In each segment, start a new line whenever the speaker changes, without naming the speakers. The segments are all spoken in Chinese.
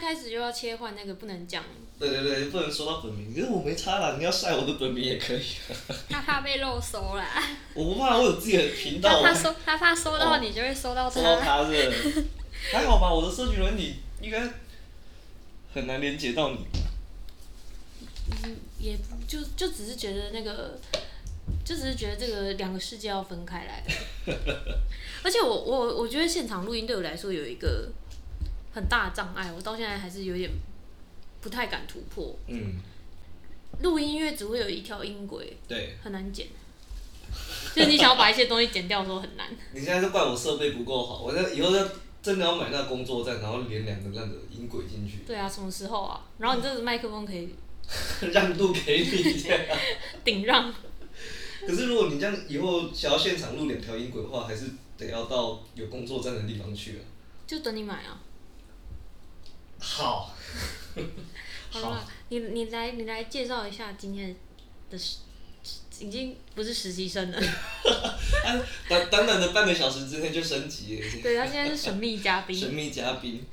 开始就要切换那个不能讲，
对对对，不能说到本名，因为我没差啦，你要晒我的本名也可以。啊
他怕被肉搜 啦，
我不怕，我有自己的频道
他
啊
怕，收，他怕收到
哦
你就会收到
说到
他。
他是，还好吧？我的社群软体应该很难连接到你。
嗯，也不就就只是觉得那个，就只是觉得这个两个世界要分开 来了。而且我我我觉得现场录音对我来说有一个很大的障碍，我到现在还是有点不太敢突破。
嗯，
录音乐只会有一条音轨，
对，
很难剪。就是你想要把一些东西剪掉的时候很难。
你现在是怪我设备不够好，我那以后要真的要买那个工作站，然后连两个那个音轨 进去，
对啊，什么时候啊？然后你这个麦克风可以
让渡给你这样。
顶让，
可是如果你这样以后想要现场录两条音轨的话，还是得要到有工作站的地方去啊。
就等你买啊。
好，
好了，你你来你来介绍一下今天的实，已经不是实习 生了，
短短短的半个小时之内就升级了。
对他现在是神秘嘉
神
宾。
秘嘉宾，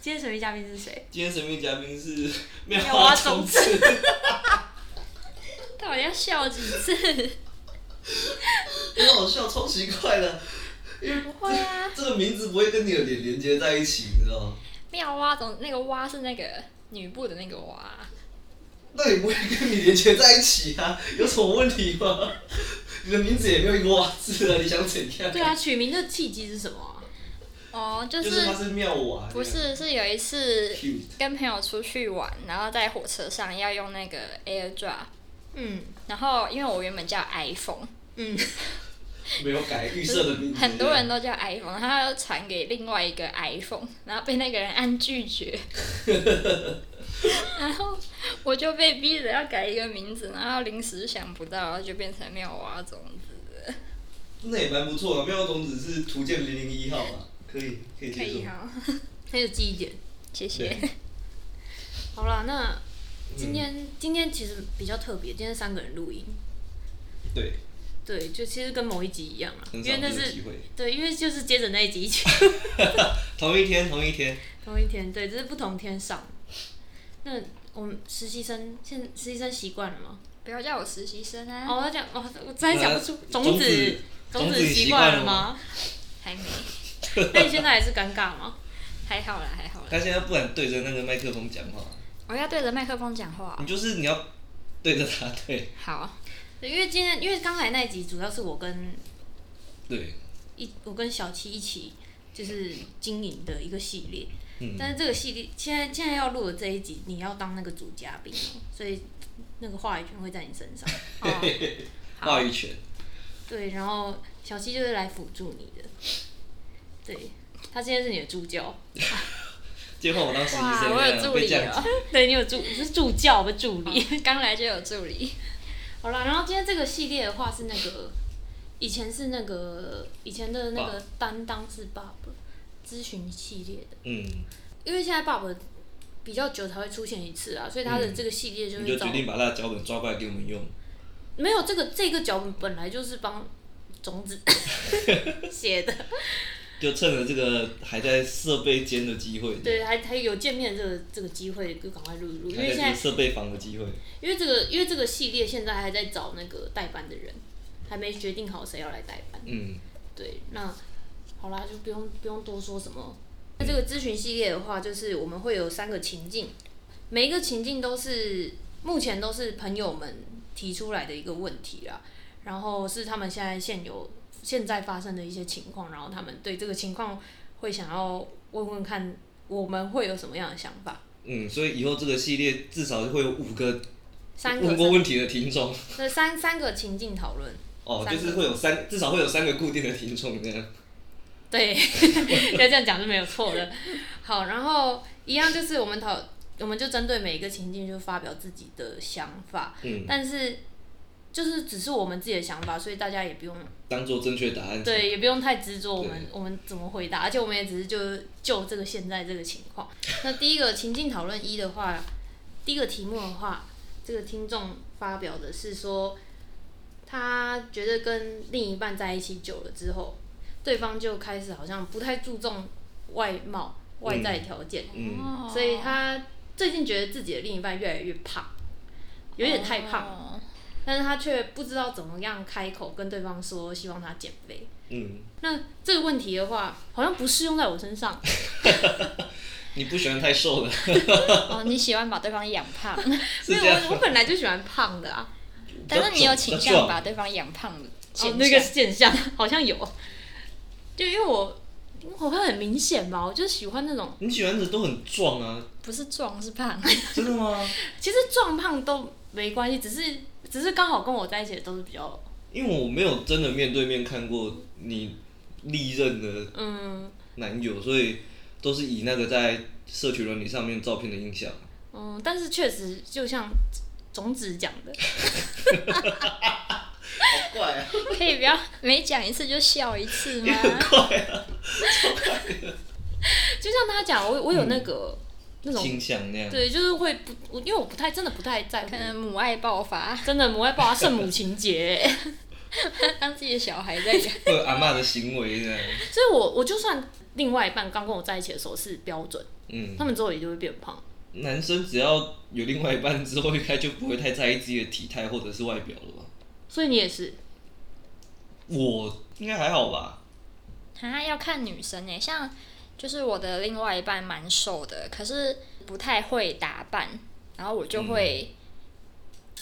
今天神秘嘉宾是谁？
今天神秘嘉宾是妙
妙蛙
种
种
子。
到底要笑几次？
很好笑，超奇怪的。
不会啊，
这个名字不会跟你的脸连接在一起，你知道吗？
妙蛙总那个蛙是那个女部的那个蛙，
那也不会跟你连接在一起啊，有什么问题吗？你的名字也没有一个哇字啊，你想怎样？
对啊，取名的契机是什么啊、
哦，就
就是是他是妙娃，
不是是有一次
cute，
跟朋友出去玩，然后在火车上要用那个 AirDrop，
嗯
然后因为我原本叫 iPhone，
嗯，
没有改预设的名字。
很多人都叫 iPhone，然后他又传给另外一个 iPhone，然后被那个人按拒 绝，然后我就被逼着要改一个名字，然后临时想不到，然后就变成妙蛙种子了，
那也蛮不错的，妙种子是图鉴零零一号吧？可以，可以
可
接受
以。哈，
很有记忆点。
谢谢
对。
好啦，那今天、
嗯
今天其实比较特别，今天三个人录音，
嗯对，
对，就其实跟某一集一样啊，
很
因
少
为那
有这个机
是
会。
对，因为就是接着那一集一起
同一天，同一天，
同一天，对，只是不同天上。那我们实习生现实习生习惯了吗？
不要叫我实习生啊！
哦，我要讲，哦，我真的讲不出
那
种子，
呃种子
子
你习
惯
惯
了
了
吗？
还没，
那你现在还是尴尬吗？
还好啦，还好啦。
他现在不敢对着那个麦克风讲话，
我要对着麦克风讲话
你。就是你要对着他，对
好，
对，因为今天，因为刚才那一集主要是我跟
对，
一，我跟小七一起就是经营的一个系列，
嗯。
但是这个系列现在现在要录的这一集，你要当那个主嘉宾哦，所以那个话语权会在你身 上。
哦，
话语权。
对，然后小七就是来辅助你的，对，他今天是你的助教。
结果我当实习
哇，
生
我
那
有
样
助
被
理
这样
哦
子，
对你有助，你是助教不是助理。
刚来就有助理。
好啦，然后今天这个系列的话是那个，以前是那个以前的那个担当是 Bob 咨询系列的，
嗯，
因为现在 Bob 比较久才会出现一次啊，所以他的
嗯
这个系列就
你
是
就
找、
决定把他的脚本抓过来给我们用。
没有这个这个脚本本来就是帮种子 写的，
就趁着这个还在设备间的机会，
对，还还有见面这个这个机会就赶快录一录，因
还
为
在
现
这个
在
设备房的机会，
因为这个因为这个系列现在还在找那个代班的人，还没决定好谁要来代班。
嗯，
对，那好啦，就不用不用多说什么。那这个咨询系列的话，就是我们会有三个情境，每一个情境都是目前都是朋友们提出来的一个问题啦，然后是他们现在现有现在发生的一些情况，然后他们对这个情况会想要问问看我们会有什么样的想法。
嗯，所以以后这个系列至少会有五个
三
问过
个
问题的听众，
这三三个情境讨论，
哦，
三
就
个
是会有三，至少会有三个固定的听众这样。
对， 要这样讲是没有错的。好，然后一样就是我们讨，我们就针对每一个情境就发表自己的想法，
嗯，
但是就是只是我们自己的想法，所以大家也不用
当做正确答案。，
对，也不用太执着我们
对
我们怎么回答，而且我们也只是就就这个现在这个情况。那第一个情境讨论一的话，第一个题目的话，这个听众发表的是说，他觉得跟另一半在一起久了之后，对方就开始好像不太注重外貌，外在条件，
嗯，
哦
所以他最近觉得自己的另一半越来越胖，有点太胖，
哦
但是他却不知道怎么样开口跟对方说希望他减肥。
嗯，
那这个问题的话，好像不适用在我身 上，
你不喜欢太瘦的，
哦，你喜欢把对方养胖，
是
因
这
为
样
我我本来就喜欢胖的啊，
但是你有倾
比较
向
壮
把对方养胖的
哦
倾
那个
向。
现象 好像有，就因为我我会很明显吧，我就喜欢那种
你喜欢的都很壮啊，
不是壮是胖，
真的吗？
其实壮胖都没关系，只是只是刚好跟我在一起的都是比较
因为我没有真的面对面看过你历任的
嗯
男友，所以都是以那个在社群软体上面照片的印象。
嗯，但是确实就像种子讲的，
好怪啊！
可以不要每讲一次就笑一次
你
吗？
很怪啊，
就像他讲，我我有那个、
嗯
那种
倾向那样。
对，就是会不我因为我不太真的不太在乎
可，能母爱爆发，
真的母爱爆发圣母情节、
当自己的小孩在养。
或者阿嬷的行为这样，
所以我我就算另外一半刚跟我在一起的时候是标准，
嗯
他，们之后也就会变胖。
男生只要有另外一半之后，应该就不会太在意自己的体态或者是外表了吧？
所以你也是，
我应该还好吧？
啊，要看女生诶，像就是我的另外一半蛮瘦的，可是不太会打扮，然后我就会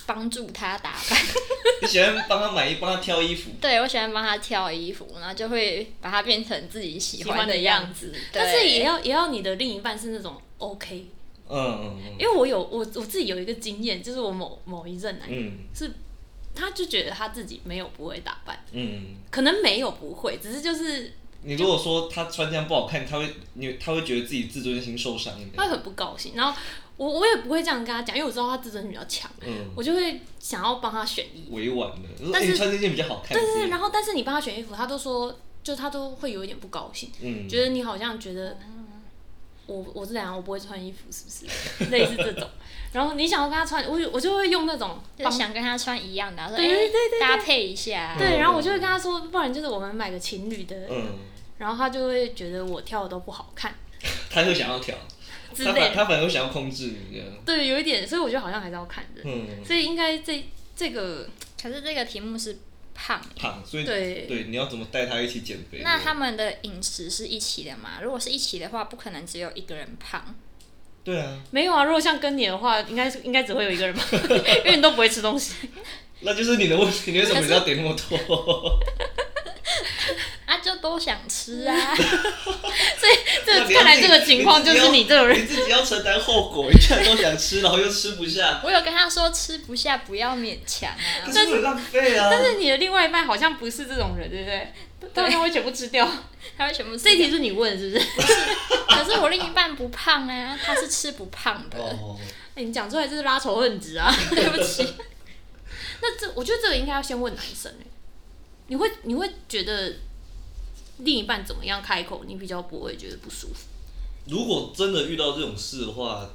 帮助他打扮。
你喜欢帮他买衣，帮他挑衣服，
对我喜欢帮他挑衣服，然后就会把它变成自己喜欢的样子。对
但是也要也要你的另一半是那种 OK，
嗯嗯
因为我有我我自己有一个经验，就是我某某一任男
嗯
是，他就觉得他自己没有不会打扮，
嗯，
可能没有不会，只是就是
你如果说他穿这样不好看，他会你他会觉得自己自尊心受伤一
他
点。
很不高兴。然后我我也不会这样跟他讲，因为我知道他自尊心比较强，
嗯，
我就会想要帮他选衣服。
委婉的，就说
但
哎
是
你穿这件比较好看。
对对对，然
后
后但是你帮他选衣服，他都说就他都会有一点不高兴，
嗯，
觉得你好像觉得。我我是怎样，我不会穿衣服，是不是？ 类似这种，然后你想要跟他穿，我就我就会用那种
就
帮
是想跟他穿一样的，然啊后说
对对
诶
对对
搭配一下。啊
对，然后我就会跟他说，不然就是我们买个情侣的，
嗯，
然后他就会觉得我跳的都不好看
他会想要挑，
之
他
类
反
的。
他反而会想要控制你这样。
对，有一点，所以我觉得好像还是要看人，
嗯，
所以应该这这个
可是这个题目是胖欸，
胖，所以
对
对，你要怎么带他一起减肥？
那他们的饮食是一起的吗？如果是一起的话，不可能只有一个人胖。
对啊，
没有啊。如果像跟你的话，应该是应该只会有一个人吧， 因为你都不会吃东
嗯
西。
那就是你的问题，你为什么你要点那么多？
啊，就都想吃 啊！
这看来这个情况就是你这种人。
你自己要承担后果，你居然都想吃，然后又吃不下，
我有跟他说吃不下不要勉强啊
可，是很浪费啊。
但是你的另外一半好像不是这种人，对不对？他好像会全部吃掉。
他会全部吃
这一
掉。
题是你问是不是？
可是我另一半不胖啊，他是吃不胖的。
哦，
哎你讲出来就是拉仇恨值啊！对不起。那这我觉得这个应该要先问男生、欸、你会你会觉得另一半怎么样开口，你比较不会觉得不舒服？
如果真的遇到这种事的话，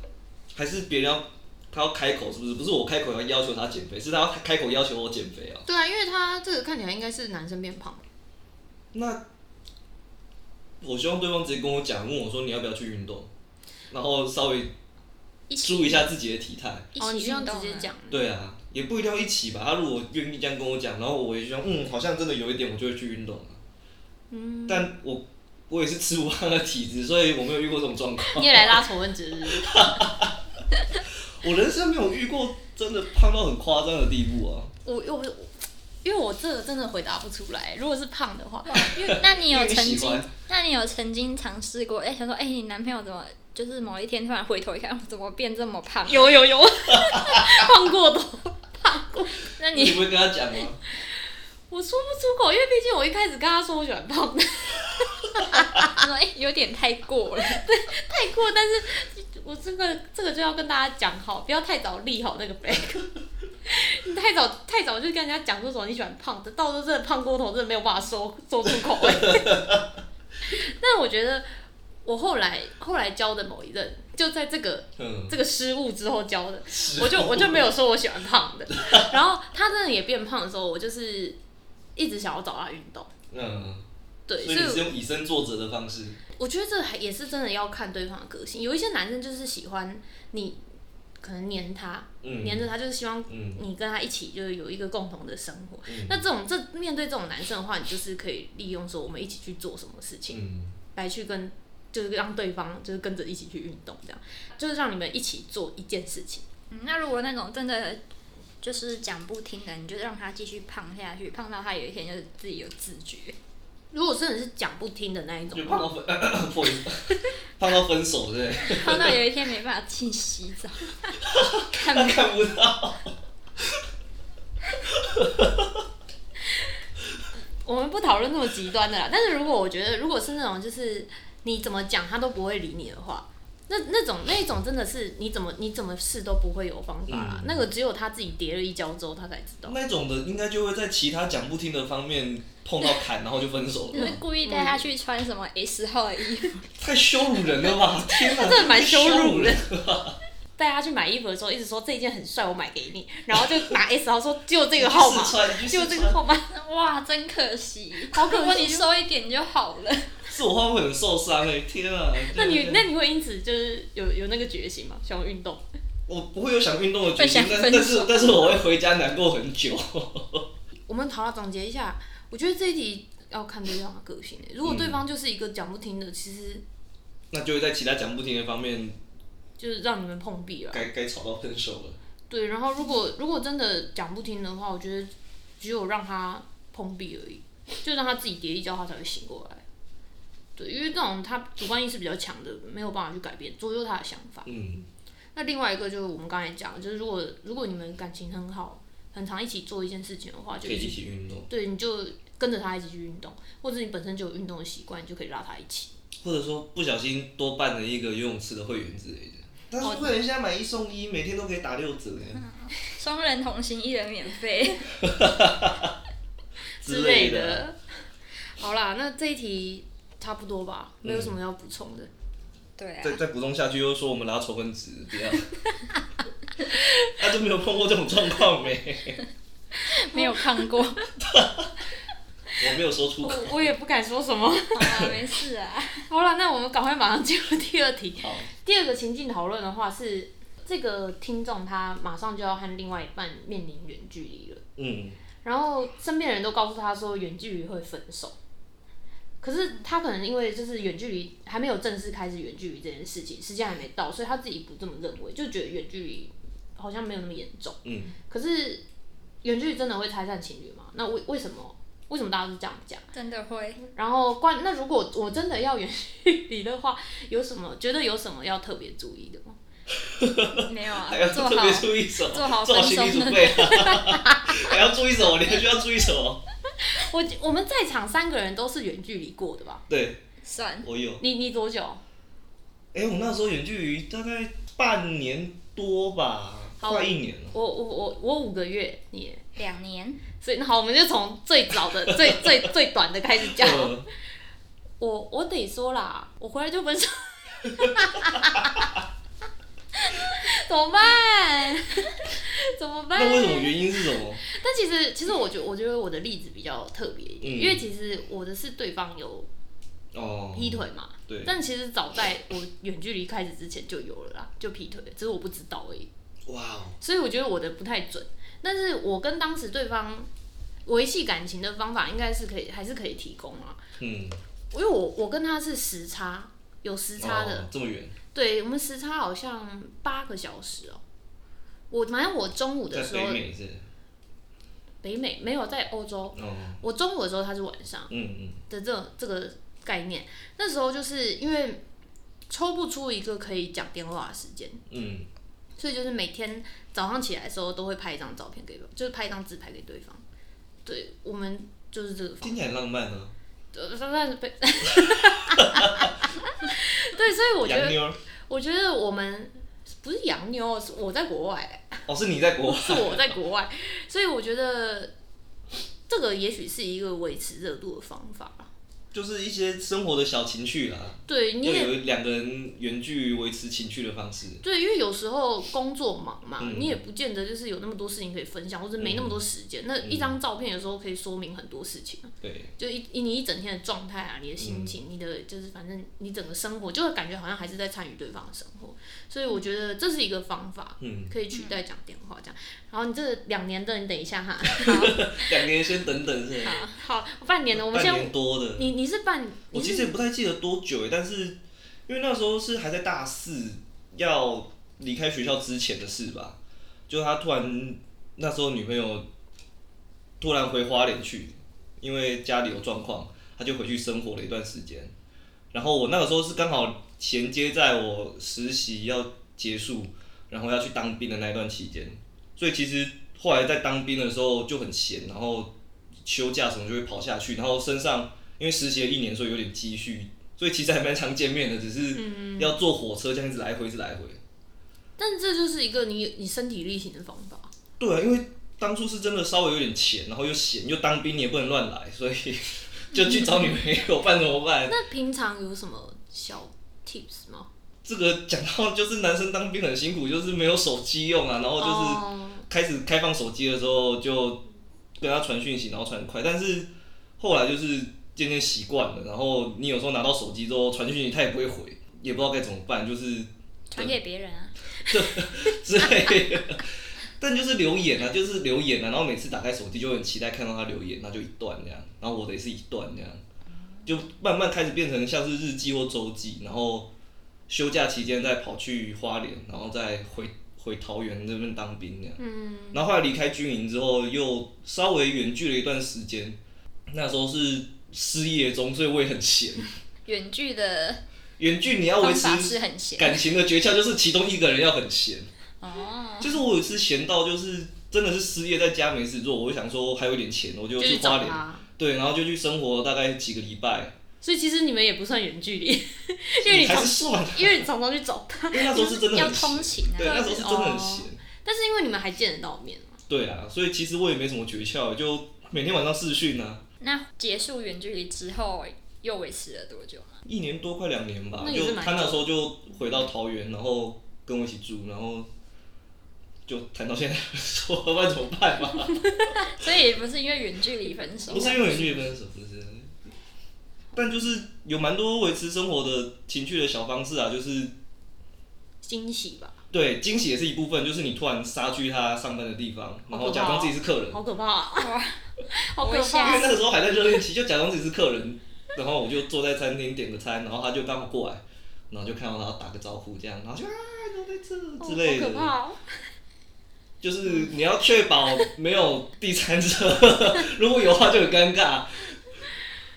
还是别人要他要开口，是不是？不是我开口要要求他减肥，是他要开口要求我减肥啊。
对啊，因为他这个看起来应该是男生变胖。
那我希望对方直接跟我讲，问我说你要不要去运动，然后稍微
一起
注意一下自己的体态。
一
哦，你
起
这样
运
直
动
接
啊
讲，
对啊，也不一定要一起吧。他如果愿意这样跟我讲，然后我也希望，嗯，好像真的有一点，我就会去运动啊了。嗯。但我我也是吃不胖的体质，所以我没有遇过这种状况。
你也来拉仇恨值是不是？
我人生没有遇过真的胖到很夸张的地步啊。
我我我，因为我这个真的回答不出来。欸如果是胖的话，
那你有曾
因为喜
经
欢，
那你有曾经尝试过？哎、想说，哎、你男朋友怎么就是某一天突然回头一看，怎么变这么胖？
有有有， 胖过头。
那
你
你
不会跟他讲吗？
我说不出口，因为毕竟我一开始跟他说我喜欢胖的，
他说，哎、有点太过了。
太过。但是我这个这个就要跟大家讲好，不要太早立好那个 flag。你太早太早就跟人家讲说什么你喜欢胖的，到时候真的胖过头，真的没有办法说说出口、 欸。但我觉得我后来后来教的某一任，就在这个
嗯。
这个失误之后教的，
失误
我就我就没有说我喜欢胖的。然后他真的也变胖的时候，我就是一直想要找他运动，
嗯。
对，
所
所
以
以
你是用以身作则的方式，
我觉得这还也是真的要看对方的个性。有一些男生就是喜欢你，可能黏他，
嗯
黏着他，就是希望
嗯
你跟他一起就是有一个共同的生活。
嗯
那这种这面对这种男生的话，你就是可以利用说我们一起去做什么事情，
嗯
来去跟就是让对方就是跟着一起去运动，这样就是让你们一起做一件事情。
嗯那如果那种真的就是讲不听的，你就让他继续胖下去，胖到他有一天就是自己有自 觉。
如果真的是讲不听的那一种
就，胖到分 破音胖到分手对，
胖到有一天没办法进洗澡，看
他
不
看不到，
我们不讨论那么极端的啦。但是如果我觉得，如果是那种就是你怎么讲他都不会理你的话，那那种那一种真的是你怎么你怎么试都不会有方法啦。
嗯
那个只有他自己跌了一跤之后，他才知道。
那种的应该就会在其他讲不听的方面碰到坎，然后就分手
你
了
会。故意带他去穿什么 S 号的衣服？
太羞辱人 了吧！天哪，
真的蛮羞辱
的
的。带他去买衣服的时候，一直说这件很帅，我买给你，然后就拿 S 号说就这个号 码
你去试，穿，你去
就
试
这个
穿
号码，
哇，真可惜！哦
好可惜
如果你瘦一点就好了。
是我会不会很受伤哎、天啊！
那
对
你
对
那你会因此就是有有那个决心吗？想要运动？
我不会有想运动的决心，
会想
但
分手
但是但是我会回家难过很久。
我们好了，总结一下，我觉得这一题要看对方的个性、欸。如果对方就是一个讲不听的，其实
那就会在其他讲不听的方面
就是让你们碰壁了。
该该吵到分手了。
对，然后如果如果真的讲不听的话，我觉得只有让他碰壁而已，就让他自己跌一跤，他才会醒过来。对，因为这种他主观意识比较强的，没有办法去改变左右他的想法。
嗯，
那另外一个就是我们刚才讲的，就是如果如果你们感情很好，很常一起做一件事情的话，
可
就
以
一
一
起
起运动，
对，你就跟着他一起去运动，或者你本身就有运动的习惯，你就可以拉他一起。
或者说不小心多办了一个游泳池的会员之类的。但是会员现在买一送一，每天都可以打六折哎
双人同行，一人免费。
之类。的。好啦，那这一题差不多吧，没有什么要补充的。
对啊
再，再补充下去又说我们拉仇恨值，不要。 他就没有碰过这种状况没？
没有看过。好
我没有说出口。
我我也不敢说什么。
啊，没事啊。
好了，那我们赶快马上进入第二题。
好，
第二个情境讨论的话是，这个听众他马上就要和另外一半面临远距离了，
嗯，
然后身边的人都告诉他说远距离会分手。可是他可能因为就是远距离还没有正式开始远距离这件事情，时间还没到，所以他自己不这么认为，就觉得远距离好像没有那么严重。
嗯，
可是远距离真的会拆散情侣吗？那为为什么为什么大家都这样讲？
真的会。
然后关那如果我真的要远距离的话，有什么觉得有什么要特别注意的吗？
没 有啊
还要，
做
哎特
好
别注意什么？
做好
哦做好
分
心理
松
准备、啊还要注意什么？你还需要注意什么？
我我们在场三个人都是远距离过的吧？
对
算
我有，
你你多久？
哎、我那时候远距离大概半年多吧，
好
快一年了。
我我我我五个月，你
两年，
所以那好，我们就从最早的 最最最短的开始讲。
呃
我我得说啦，我回来就分手， 怎么办？ 怎么办？
那为什么原因是什么？
但其实，其实我觉我觉得我的例子比较特别一点，
嗯
因为其实我的是对方有
哦，
劈腿嘛，
对，
但其实早在我远距离开始之前就有了啦，就劈腿，只是我不知道而已。
哇哦，
所以我觉得我的不太准，但是我跟当时对方维系感情的方法应该是可以，还是可以提供啊，
嗯，
因为我我跟他是时差，有时差的，
哦、这么远，
对我们时差好像八个小时哦、我反正我中午的
在
时候
北，美是，
北美没有在欧洲，
哦，
我中午的时候他是晚上。
嗯嗯，
的这种这个概念。那时候就是因为抽不出一个可以讲电话的时间，
嗯，
所以就是每天早上起来的时候都会拍一张照片给，就是拍一张自拍给对方。对我们就是这个方
听起来很浪漫啊，
呃，但是被 对，所以我觉
洋
得，
妞儿，
我觉得我们不是洋妞，是我在国外、
哦，是你在国外，
是我在国外，所以我觉得这个也许是一个维持热度的方法啦
就是一些生活的小情趣啦，
对，你
要
也
有两个人远距维持情趣的方式。
对，因为有时候工作忙嘛，
嗯
你也不见得就是有那么多事情可以分享，或者没那么多时间。那
嗯
一张照片有时候可以说明很多事情，啊
对，
就一一你一整天的状态啊，你的
嗯
心情，你的就是反正你整个生活，就会感觉好像还是在参与对方的生活。所以我觉得这是一个方法，
嗯，
可以取代讲电话这样。然后你这两年的，你等一下 哈，
两年先等等是吗，
好，半年的，我们
半
先
年多的。
你你是半，
我
你
其
是
实也不太记得多久欸但是因为那时候是还在大四要离开学校之前的事吧，就他突然那时候女朋友突然回花莲去，因为家里有状况，他就回去生活了一段时间。然后我那个时候是刚好衔接在我实习要结束，然后要去当兵的那一段期间，所以其实后来在当兵的时候就很闲，然后休假什么就会跑下去，然后身上因为实习了一年，所以有点积蓄，所以其实还蛮常见面的，只是要坐火车这样一直来回，一直来回。
但这就是一个你你身体力行的方法。
对啊，因为当初是真的稍微有点钱，然后又闲，又当兵，你也不能乱来， 所以就去找女朋友，办怎么办？
那平常有什么小 tips 吗？
这个讲到就是男生当兵很辛苦，就是没有手机用啊，然后就是
哦
开始开放手机的时候，就跟他传讯息，然后传很快，但是后来就是渐渐习惯了，然后你有时候拿到手机之后传讯息，他也不会回，也不知道该怎么办，就是
传给别人啊。
之类的。 但就是留言啊，就是留言啊，然后每次打开手机就很期待看到他留言，然后就一段这样，然后我的也是一段这样，就慢慢开始变成像是日记或周记，然后休假期间再跑去花莲，然后再回回桃园那边当兵这样。
嗯，
然后后来离开军营之后，又稍微远距了一段时间，那时候是失业中，所以我也很闲。
远距的
远距你要维
方
持
法是很闲
感情的诀窍，就是其中一个人要很闲。
哦，
就是我有一次闲到，就是真的是失业，在家没事做，我就想说还有一点钱，我就
就
去
去
花
找
莲，
他。
对，然后就去生活大概几个礼拜，
所以其实你们也不算远距离，因为你
还
常
是算了，
因为你常常去找他，
因为那时候是真的
要
很
通
闲，
勤啊
对，，那时候是真的
哦
很闲，
但是因为你们还见得到面嘛，
对啊，所以其实我也没什么诀窍，就每天晚上视讯啊，
那结束远距离之后，又维持了多久？
一年多快两年吧，
那也是
就
蛮
他那时候就回到桃园，然后跟我一起住，然后就谈到现在， 说不然怎么办嘛？
所以不是因为远距离分手，啊
不是因为远距离分手，不是。但就是有蛮多维持生活的情趣的小方式啊，就是
惊喜吧，
对惊喜也是一部分，就是你突然杀去他上班的地方，然后
好可怕哦
假装自己是客人，
好可怕、啊，
哇
好
我
可
一
怕哦啊
因
下
为那个时候还在热恋期，就假装自己是客人，然后我就坐在餐厅点个餐，然后他就刚好过来，然后就看到他打个招呼这样，然后就啊，你在这之类的，
好可怕、 哦
就是你要确保没有第三者， 如果有的话就很尴尬。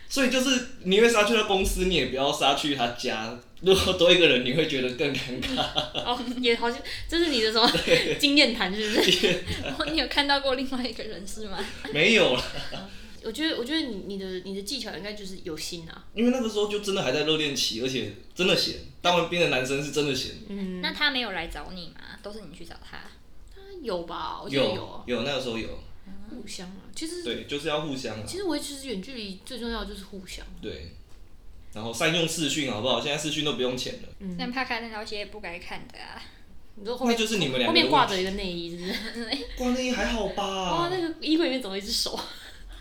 所以就是你会杀去他公司，你也不要杀去他家。如果多一个人，你会觉得更尴尬。
哦，也好像这是你的什么经验谈，是不是？
哦你有看到过另外一个人是吗？
没有了，
我觉得，我觉得你你的你的技巧应该就是有心啊，
因为那个时候就真的还在热恋期，而且真的闲。当完兵的男生是真的闲。
嗯，
那他没有来找你吗？都是你去找他。
有吧？我觉得有
有
啊，
有那个时候有，
互相啊，其实
对，就是要互相啊
其，实维持远距离最重要的就是互相，
对。然后善用视讯好不好？现在视讯都不用钱了，
嗯，
但怕看到一些不该看的啊。
你说后
那
面
就是你们两
后
个的
面挂
问题。啊
着一个内衣，是不是？
挂内衣还好
哇，
吧？
那个衣柜里面怎么一只手？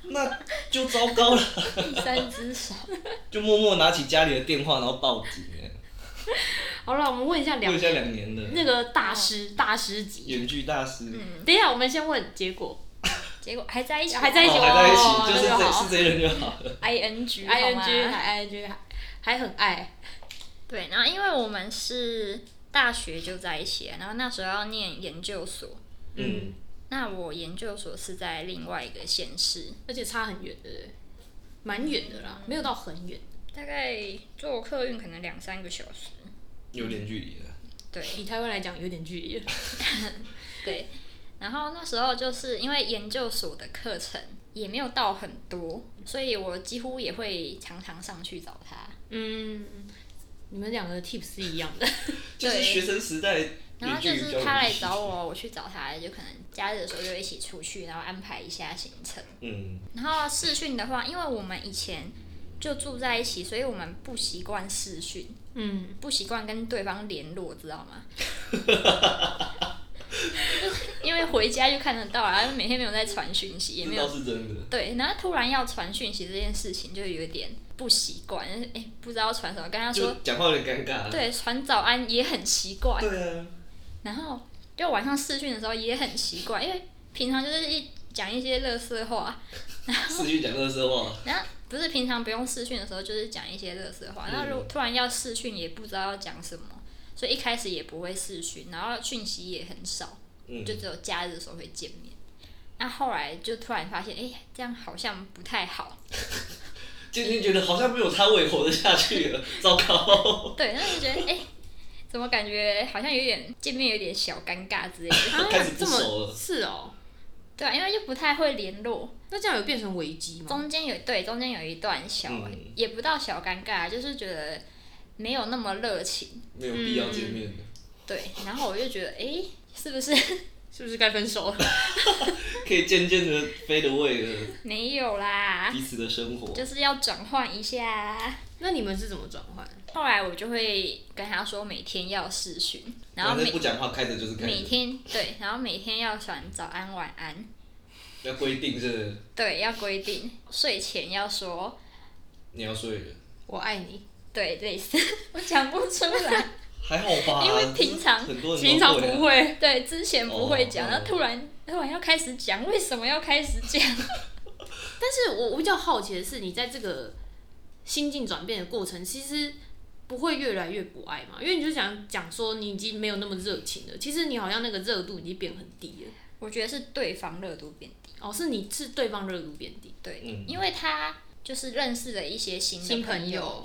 那就糟糕了。
第三只手，
就默默拿起家里的电话，然后报警。欸
好了，我们问一下
过
两
一下两年的
那个大师大师级。
演剧大师，
嗯
等一下，我们先问结果。
结果还在一起，
还在一起
哦还在一
哦
起，就是
那就
这
好
是这一人就好了。
I N G
I N G 还 I N G 还还很爱，
对，然后因为我们是大学就在一起了，然后那时候要念研究所，
嗯，
那我研究所是在另外一个县市，
而且差很远，对不对？蛮远的啦，没有到很远，
大概坐客运可能两三个小时。
有点距离了。
对
以台湾来讲有点距离。
对，然后那时候就是因为研究所的课程也没有到很多，所以我几乎也会常常上去找他。
嗯，你们两个的 tips 是一样的，
就是
对
学生时代，
然
远
后
距
就
离交
是
流
他来找我，我去找他，就可能假日的时候就一起出去，然后安排一下行程。
嗯，
然后视讯的话，因为我们以前就住在一起，所以我们不习惯视讯，
嗯，
不习惯跟对方联络，知道吗？ 因为回家就看得到啊，每天没有在传讯息，也没
这
有
倒是真的。
对，然后突然要传讯息这件事情就有点不习惯，哎、不知道传什么。跟他
就
说，
讲话有点尴尬。啊
对，传早安也很奇怪，
对啊，
然后就晚上视讯的时候也很奇怪，因为平常就是一讲一些乐色话，
四句讲乐色话，
然后不是平常不用视讯的时候就是讲一些乐色
嗯
话，然后如果突然要视讯也不知道要讲什么，所以一开始也不会视讯，然后讯息也很少，
嗯
就只有假日的时候会见面。那后来就突然发现，哎、这样好像不太好。
渐渐觉得好像没有他胃活得下去 了，糟糕。
对，那就觉得哎、怎么感觉好像有点哎见面有点小尴尬之类的，
啊
开始不
这
熟
么
了
是哦，
对啊，因为又不太会联络，
那这样有变成危机吗？
中间有对中间有一段小、
嗯
也不到小尴尬，就是觉得没有那么热情，
没有必要见面的，
嗯对，然后我就觉得哎、是不是
是不是该分手了？
可以渐渐的飞得位了
没有啦？
彼此的生活。
啊就是要转换一下。
那你们是怎么转换？
后来我就会跟他说每天要视讯，然后
反正
每
不讲话，开着就是开
每
着，
天对，然后每天要传早安晚安，
要规定是
对，要规定睡前要说
你要睡了，
我爱你，
对，类似 我讲不出来。
还好吧？
因为平常
很多人都
平常不
会啊。
会。
对，之前不会讲，
哦
然后突然突然要开始讲，为什么要开始讲？
但是我我比较好奇的是，你在这个心境转变的过程，其实不会越来越不爱嘛？因为你就想讲说你已经没有那么热情了，其实你好像那个热度已经变很低了。
我觉得是对方热度变低，
哦，是你是对方热度变低，
对，
嗯
因为他就是认识了一些新
新
的
朋
友，
友，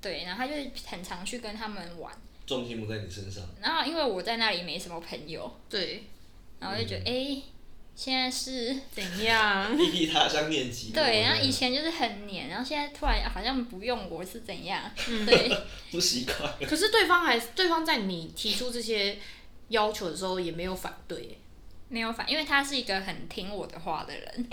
对，然后他就是很常去跟他们玩，
重心不在你身上，
然后因为我在那里没什么朋友，
对，
然后就
嗯
觉得诶，现在是
怎样？
异地他乡恋寂寞。
对，然后以前就是很黏，然后现在突然好像不用我是怎样？
嗯
对，
不习惯，
可是对方还对方在你提出这些要求的时候也没有反对耶，
没有反，因为他是一个很听我的话的人，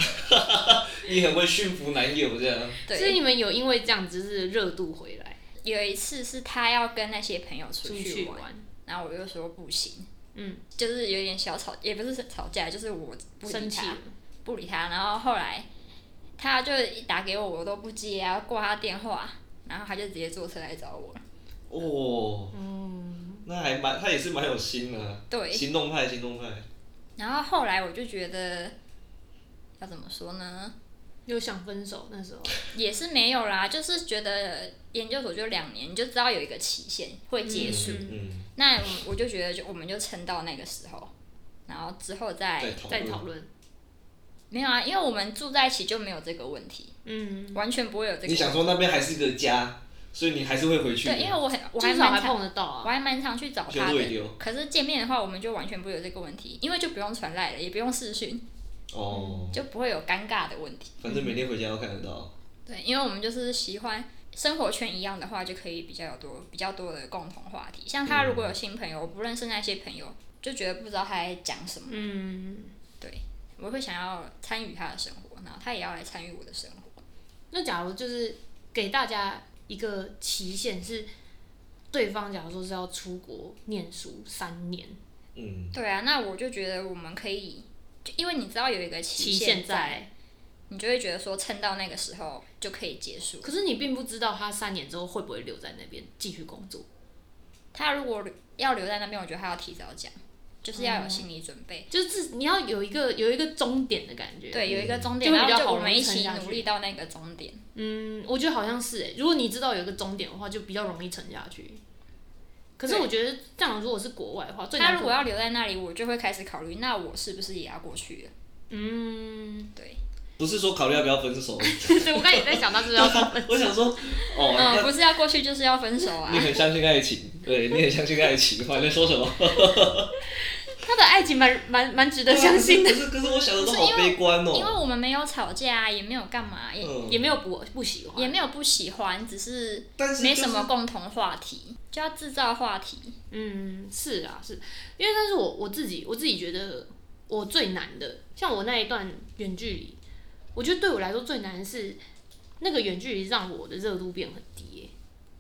你很会驯服男友这样。
对，
所以你们有因为这样子是热度回来
有一次是他要跟那些朋友出
出
去
去
玩，
玩，
然后我就说不行，
嗯，
就是有点小吵，也不是吵架，就是我不理
生气
他
了，，
不理他，然后后来他就一打给我，我都不接啊，挂他电话，然后他就直接坐车来找我了，
哦，
嗯，
那还蛮，他也是蛮有心的、啊。
对，
行动派，行动派。
然后后来我就觉得要怎么说呢，
又想分手那时候，
也是没有啦，就是觉得研究所就两年，你就知道有一个期限会结束，
嗯
嗯，
那我我就觉得就我们就撑到那个时候，然后之后再
再讨
再
论
讨。论，
没有啊，因为我们住在一起就没有这个问题，
嗯，
完全不会有这个问
你
题。
想说那边还是个家，所以你还是会回去的。
对，因为我很我还
至少
蛮
还
常
碰得到
我
啊，
还蛮常去找
绝
他
对
的。
丢。
可是见面的话，我们就完全不会有这个问题，因为就不用传赖了，也不用视讯，
哦，
就不会有尴尬的问题。
反正每天回家都看得到。
对，因为我们就是喜欢生活圈一样的话，就可以比较有多比较多的共同话题。像他如
嗯
果有新朋友，我不认识那些朋友，就觉得不知道他在讲什么，
嗯，
我会想要参与他的生活，然后他也要来参与我的生活。
那假如就是给大家一个期限是。对方假如说是要出国念书三年，
嗯，
对啊，那我就觉得我们可以，就因为你知道有一个
期
限
限在，
你就会觉得说撑到那个时候就可以结束。
可是你并不知道他三年之后会不会留在那边继续工作，
他如果要留在那边，我觉得他要提早讲，就是要有心理准备。
就是自你要有一个有一个终点的感觉。，
对，有一个终点，
嗯就会
然
比
后
较
就
好
我们一
撑
起
下去
努力到那个终点。
嗯，我觉得好像是诶、如果你知道有一个终点的话，就比较容易撑下去。可是
对
我觉得这样，如果是国外的话，最
他
难
如果要留在那里，我就会开始考虑，那我是不是也要过去了？
嗯，
对，
不是说考虑要不要分 手，
对我刚才也在想到是不是要说
我想说，哦，
嗯，不是要过去就是要分手
那
啊
你。很相信爱情，对，你很相信爱 情，我还能说什么？
他的爱情蛮蛮蛮值得相信的，
可是可是我想的都好悲观
因为
哦。
我们没有吵架啊，也没有干嘛，也、
嗯
也没有不不喜欢，
也没有不喜欢，只是
但是
没
就
什么
是
共同话题，就要制造话题。
嗯，是啊，是因为但是我我自己我自己觉得我最难的，像我那一段远距离，我觉得对我来说最难的是那个远距离让我的热度变很低耶、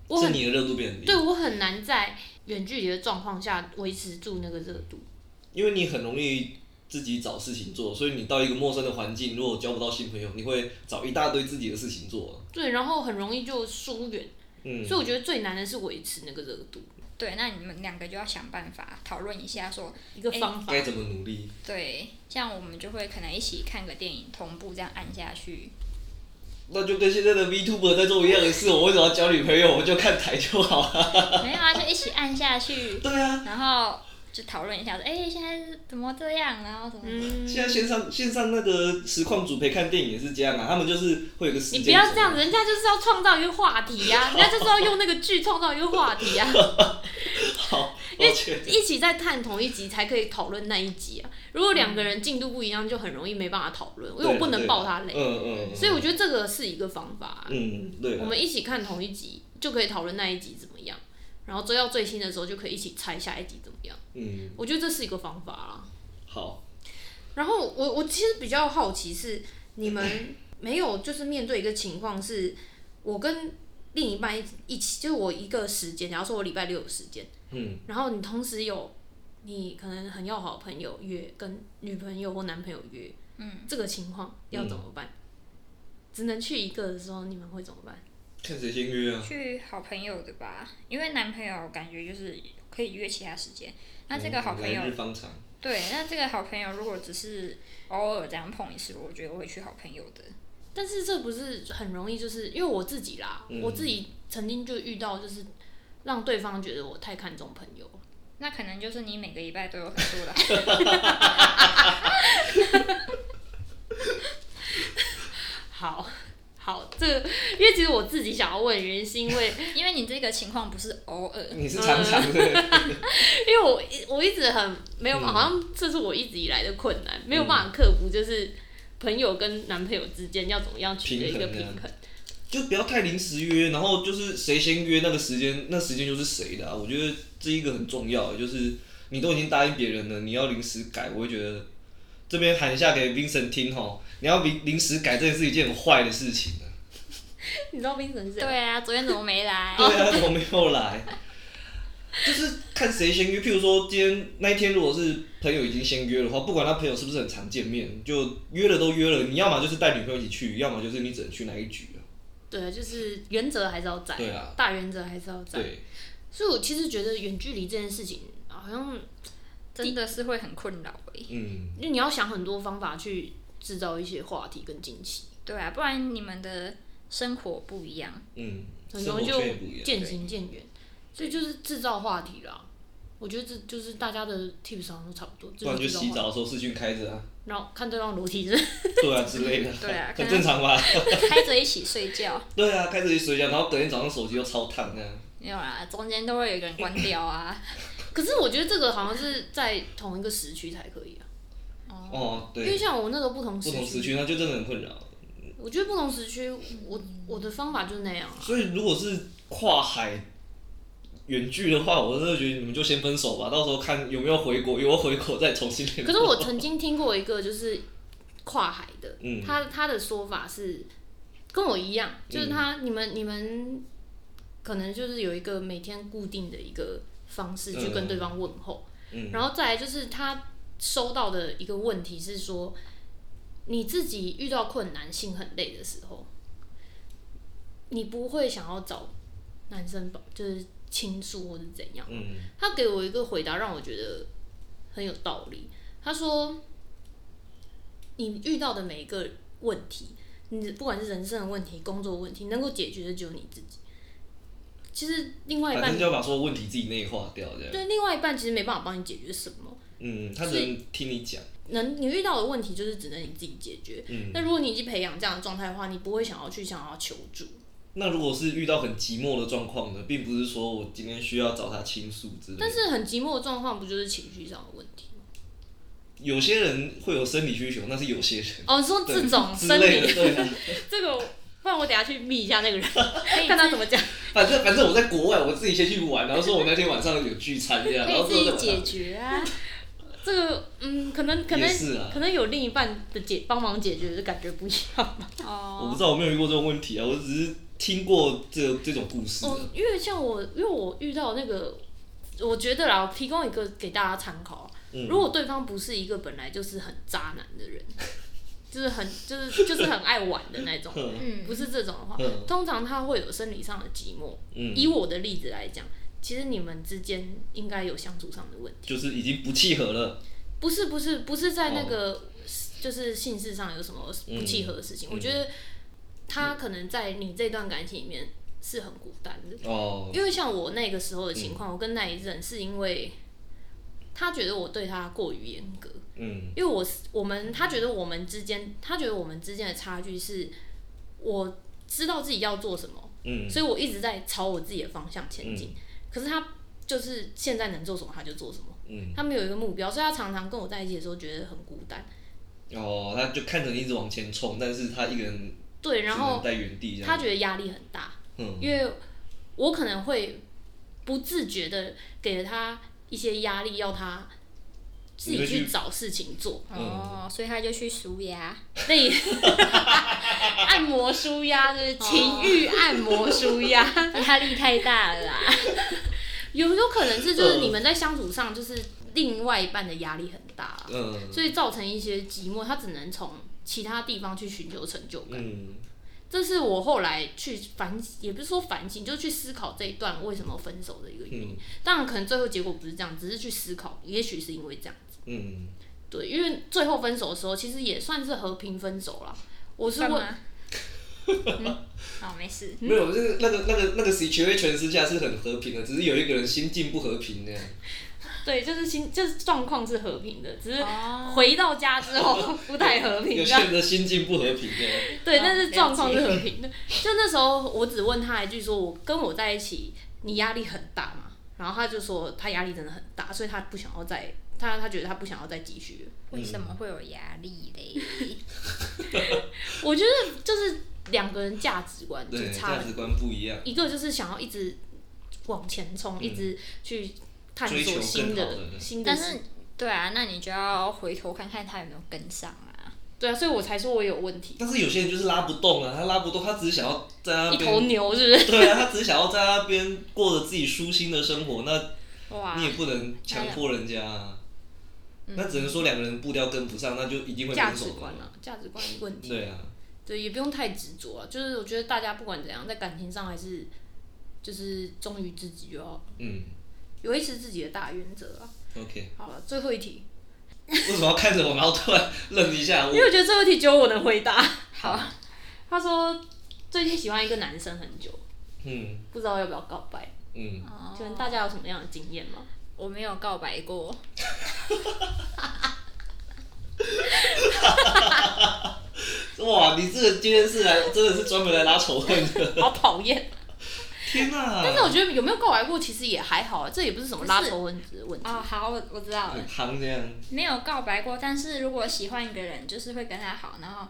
我
是
很
你的热度变很低
对，我很难在远距离的状况下维持住那个热度。
因为你很容易自己找事情做，所以你到一个陌生的环境，如果交不到新朋友，你会找一大堆自己的事情做。
对，然后很容易就疏远，
嗯，
所以我觉得最难的是维持那个热度，
对，那你们两个就要想办法讨论一下说，
一个方法。
该怎么努力？
对，这样我们就会可能一起看个电影，同步这样按下去。
那就跟现在的 VTuber 在做一样的事，我为什么要交女朋友？我就看台就好 了。
没有啊，就一起按下去，
对啊，
然后就讨论一下说，哎、现在是怎么这样，然后什么。
嗯，
现在线上线上那个实况主陪看电影也是这样啊，他们就是会有个时
你
间。
不要这样，。人家就是要创造一个话题呀、人家就是要用那个剧创造一个话题呀、
好，抱歉。
一起在探同一集才可以讨论那一集啊。如果两个人进度不一样，就很容易没办法讨论，因为我不能爆他
嗯
雷。
嗯。嗯
所以我觉得这个是一个方法啊、
嗯，对啊。
我们一起看同一集就可以讨论那一集怎么样，然后追到最新的时候就可以一起猜下一集怎么样。
嗯，
我觉得这是一个方法啦。
好，
然后我我其实比较好奇是你们没有就是面对一个情况是，我跟另一半一起一起，就是我一个时间，假如说我礼拜六有时间，
嗯，
然后你同时有你可能很要好的朋友约，跟女朋友或男朋友约，
嗯，
这个情况要怎么办？只能去一个的时候，你们会怎么办？
看谁先约啊？
去好朋友的吧，因为男朋友感觉就是可以约其他时间。那这个好朋友
来日方长。
嗯对，那这个好朋友如果只是偶尔这样碰一次，我觉得我会去好朋友的。
但是这不是很容易，就是因为我自己啦，
嗯
我自己曾经就遇到，就是让对方觉得我太看重朋友了。
那可能就是你每个礼拜都有很多 的好朋友，
好 好，这个因为其实我自己想要问的原因，是因为
因为你这个情况不是偶尔，
你是常常
嗯
的，
因为我一我一直很没有办法，
嗯
好像这是我一直以来的困难，没有办法克服，就是朋友跟男朋友之间要怎么样取得一个
平
平
衡
衡。
就不要太临时约，然后就是谁先约那个时间，那时间就是谁的啊。我觉得这一个很重要，就是你都已经答应别人了，你要临时改，我会觉得这边喊一下给 Vincent 听吼，你要临临时改，这也是一件很坏的事 情啊。
你知道冰神是谁吗？
对啊，昨天怎么没来？
对啊，怎么没有来？就是看谁先约，譬如说今天那一天，如果是朋友已经先约的话，不管他朋友是不是很常见面，就约了都约了，你要么就是带女朋友一起去，要么就是你只能去那一局啊。
对，就是原则还是要在，
对啊
大原则还是要在。
对，
所以我其实觉得远距离这件事情，好像
真的是会很困扰欸诶、
嗯，
因为你要想很多方法去制造一些话题跟惊喜，
对啊，不然你们的生活不一样。
嗯，
很
生
容
活
易就
圈也不一样。
渐行渐远，所以就是制造话题啦。我觉得这就是大家的 tips 好像都差不多，
不然就
制造话
洗
题，
澡的时候视讯开着啊，
然后看对方裸体是
对啊之 类的，
对啊
很正常吧？
开着一起睡 觉，
对啊，开着去睡觉，然后隔天早上手机又超烫啊那样。
没有啦，中间都会有一个人关掉 啊。
可是我觉得这个好像是在同一个时区才可以啊，
哦，
因为
对，
像我那个不同
不
时
同时
区，
区那就真的很困扰。
我觉得不同时区，我我的方法就是那 样啊。
所以如果是跨海远距的话，我真的觉得你们就先分手吧，到时候看有没有回国，有没有回国再重新联
可
络。
是我曾经听过一个就是跨海的，
嗯
他他的说法是跟我一样，就是他、你们你们可能就是有一个每天固定的一个方式去跟对方问候，
嗯
然后再来就是他收到的一个问题是说，你自己遇到困难、心很累的时候，你不会想要找男生吧，就是倾诉或者怎样。
嗯
他给我一个回答，让我觉得很有道理。他说：“你遇到的每一个问题，你不管是人生的问题、工作问题，能够解决的只有你自己。其实另外一
反
半
正就要把所有问题自己内化掉，这样。
对另外一半其实没办法帮你解决什么，
嗯，他只能听你讲。
能你遇到的问题就是只能你自己解决。
嗯，
那如果你已经培养这样的状态的话，你不会想要去想要求助。
那如果是遇到很寂寞的状况呢，并不是说我今天需要找他倾诉之类的。
但是很寂寞的状况，不就是情绪上的问题吗？
有些人会有生理需求，那是有些人。
哦，你说
对
这种
之
生
类
理
的，对啊。
这个，不然我等下去密一下那个人，
可以
看他怎么讲。”
反正反正我在啊国外，我自己先去玩，然后说我那天晚上有聚餐这样，
可
然后
以
之后
自
再
己
晚上
解决啊。
这这个嗯，可能可能
也是啊
可能有另一半的解帮忙解决的感觉不一样
啊
吧。
我不
哦，
知道，我没有遇过这种问题啊，我只是听过这这种故事啊、
哦，因为像我，因为我遇到那个，我觉得啦，我提供一个给大家参考啊。
嗯
如果对方不是一个本来就是很渣男的人， 就是很就是就是很爱玩的那种，
哼
嗯，
不是这种的话，
嗯
通常他会有生理上的寂寞。以
嗯，
我的例子来讲，其实你们之间应该有相处上的问题，
就是已经不契合了。
不是不是不是在那个、就是性事上有什么不契合的事情。
哦嗯
我觉得他可能在你这段感情里面是很孤单的，
哦，
因为像我那个时候的情
嗯
况，我跟那一任是因为他觉得我对他过于严格，
嗯
因为我是我们他觉得我们之间，他觉得我们之间的差距是，我知道自己要做什么。
嗯
所以我一直在朝我自己的方向前进。可是他就是现在能做什么他就做什么，
嗯，
他没有一个目标，所以他常常跟我在一起的时候觉得很孤单。
哦，他就看着你一直往前冲，但是他一个人
对，
只
然
能
后
在原地这
他
样。
觉得压力很大，
嗯
因为我可能会不自觉的给了他一些压力，要他自己去找事情做，
哦，所以他就去数牙，
类 按摩舒压，就是情欲按摩舒 压。
压力太大了啊啦。
有有可能是就是
嗯
你们在相处上就是另外一半的压力很大啊、
嗯
所以造成一些寂寞，他只能从其他地方去寻求成就感。
嗯
这是我后来去反，也不是说反省，就是去思考这一段为什么分手的一个原因。
嗯
当然，可能最后结果不是这样，只是去思考，也许是因为这样。
嗯，
对，因为最后分手的时候，其实也算是和平分手啦。我是
干
问，
嘛？ 嗯，好，没事。
没有，这个那个那个那个 situation 之下是很和平的，只是有一个人心境不和平 那样。
对，就是心，就是状况是和平的，只是
哦
回到家之后不太和
有
平。这
些
样
人的心境不和平的。
对，
哦
但是
了
状况
解
是和平的。 就那时候，我只问他一句说：“我跟我在一起，你压力很大吗？”然后他就说他压力真的很大，所以他不想要再他他觉得他不想要再继续了。
为什么会有压力 嘞？
我觉得就是两个人价值观就
对，
差
价
了
值，观不一样，
一个就是想要一直往前冲，一直去探
嗯追求
索
更
新
好的
的新的
但
事，
是，对啊，那你就要回头看看他有没有跟上啊。
对啊，所以我才说我有问题，
但是有些人就是拉不动啊，他拉不动，他只是想要在那
一
边
头牛是不是？
对啊，他只是想要在那边过着自己舒心的生活，那
哇
你，也不能强迫人家啊。那只能说两个人步调跟不上，那就一定会
嗯价
分
值
手
观
了。
啊，价值观问题。
对啊，
对，也不用太执着啊。就是我觉得大家不管怎样，在感情上还是就是忠于自己就好，
嗯
有维持自己的大原则啊。
，OK。
好了，最后一题，
为什么要看着我，然后突然愣一下？我
因为我觉得最后一题只有我能回答。
好，
他说最近喜欢一个男生很久，
嗯
不知道要不要告白，
嗯，
哦
请问大家有什么样的经验吗？
我没有告白过，
哇，你这个今天是来真的是专门来拉仇 恨的，
好讨厌！
天哪、
但是我觉得有没有告白过，其实也还好啊，这也不是什么拉仇恨的问题。
哦，好，我我知道了
很，夯这样，
没有告白过，但是如果喜欢一个人，就是会跟他好，然后